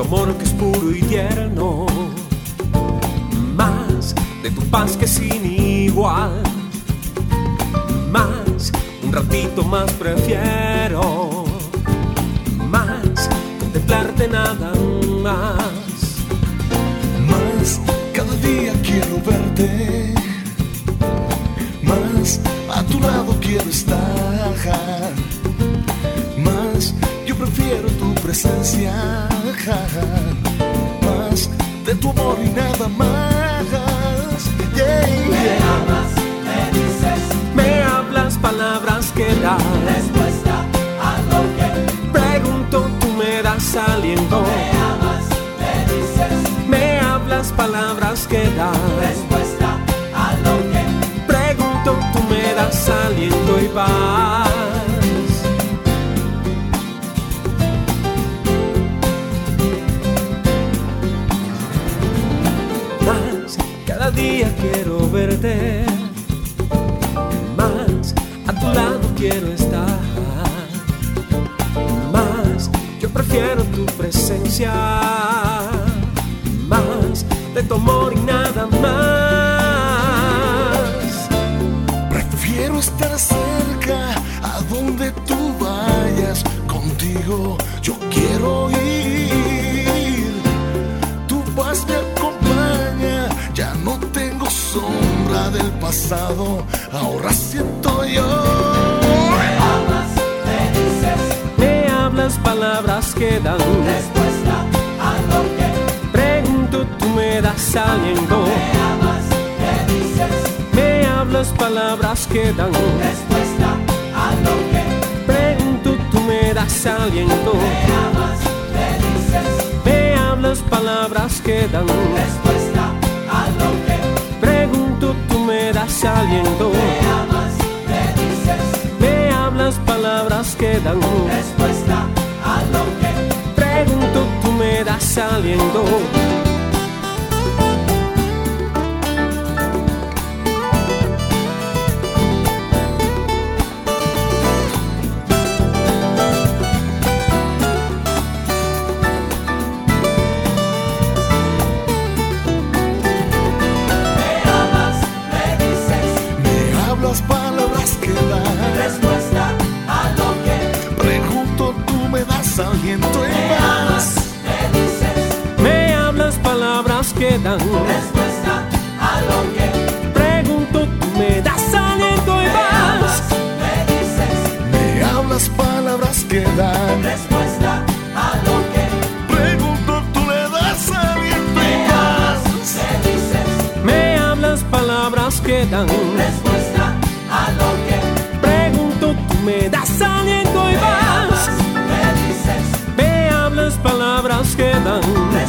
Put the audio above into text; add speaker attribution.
Speaker 1: amor que es puro y tierno, más de tu paz que sin igual, más un ratito más prefiero, más contemplarte nada más,
Speaker 2: Más cada día quiero verte. Más a tu lado quiero estar. Más yo prefiero tu presencia. Más de tu amor y nada más. Yeah.
Speaker 1: me hablas palabras que dan respuesta a lo que pregunto, tú me das saliendo, me amas, me dices, me hablas palabras que dan pregunto, tú me das saliendo y vas. Más, cada día quiero verte. Más, a tu lado quiero estar. Más, yo prefiero tu presencia. Más, de tu amor y nada más.
Speaker 2: Prefiero estar cerca a donde tú vayas. Contigo yo quiero ir. Tu paz me acompaña. Ya no tengo sombra del pasado. Ahora siento yo.
Speaker 1: Me hablas palabras que dan respuesta a lo que pregunto, tú me das saliendo. Me amas, me dices. Me hablas palabras que dan respuesta a lo que pregunto, tú me das saliendo. Me amas, me dices. Me hablas palabras que dan respuesta a lo que pregunto, tú me das saliendo. Me amas, me dices. Me hablas palabras que dan pregunto, tú me das saliendo.
Speaker 2: Me hablas palabras que dan respuesta a lo que pregunto. Tú me das aliento y más.
Speaker 1: Me hablas palabras que dan respuesta a lo que pregunto, tú me das saliendo y vas.
Speaker 2: Me hablas palabras que dan respuesta a lo que pregunto, tú le das aliento y paz.
Speaker 1: Me hablas palabras que dan respuesta a lo que pregunto, tú me das saliendo y vas. Me hablas palabras que dan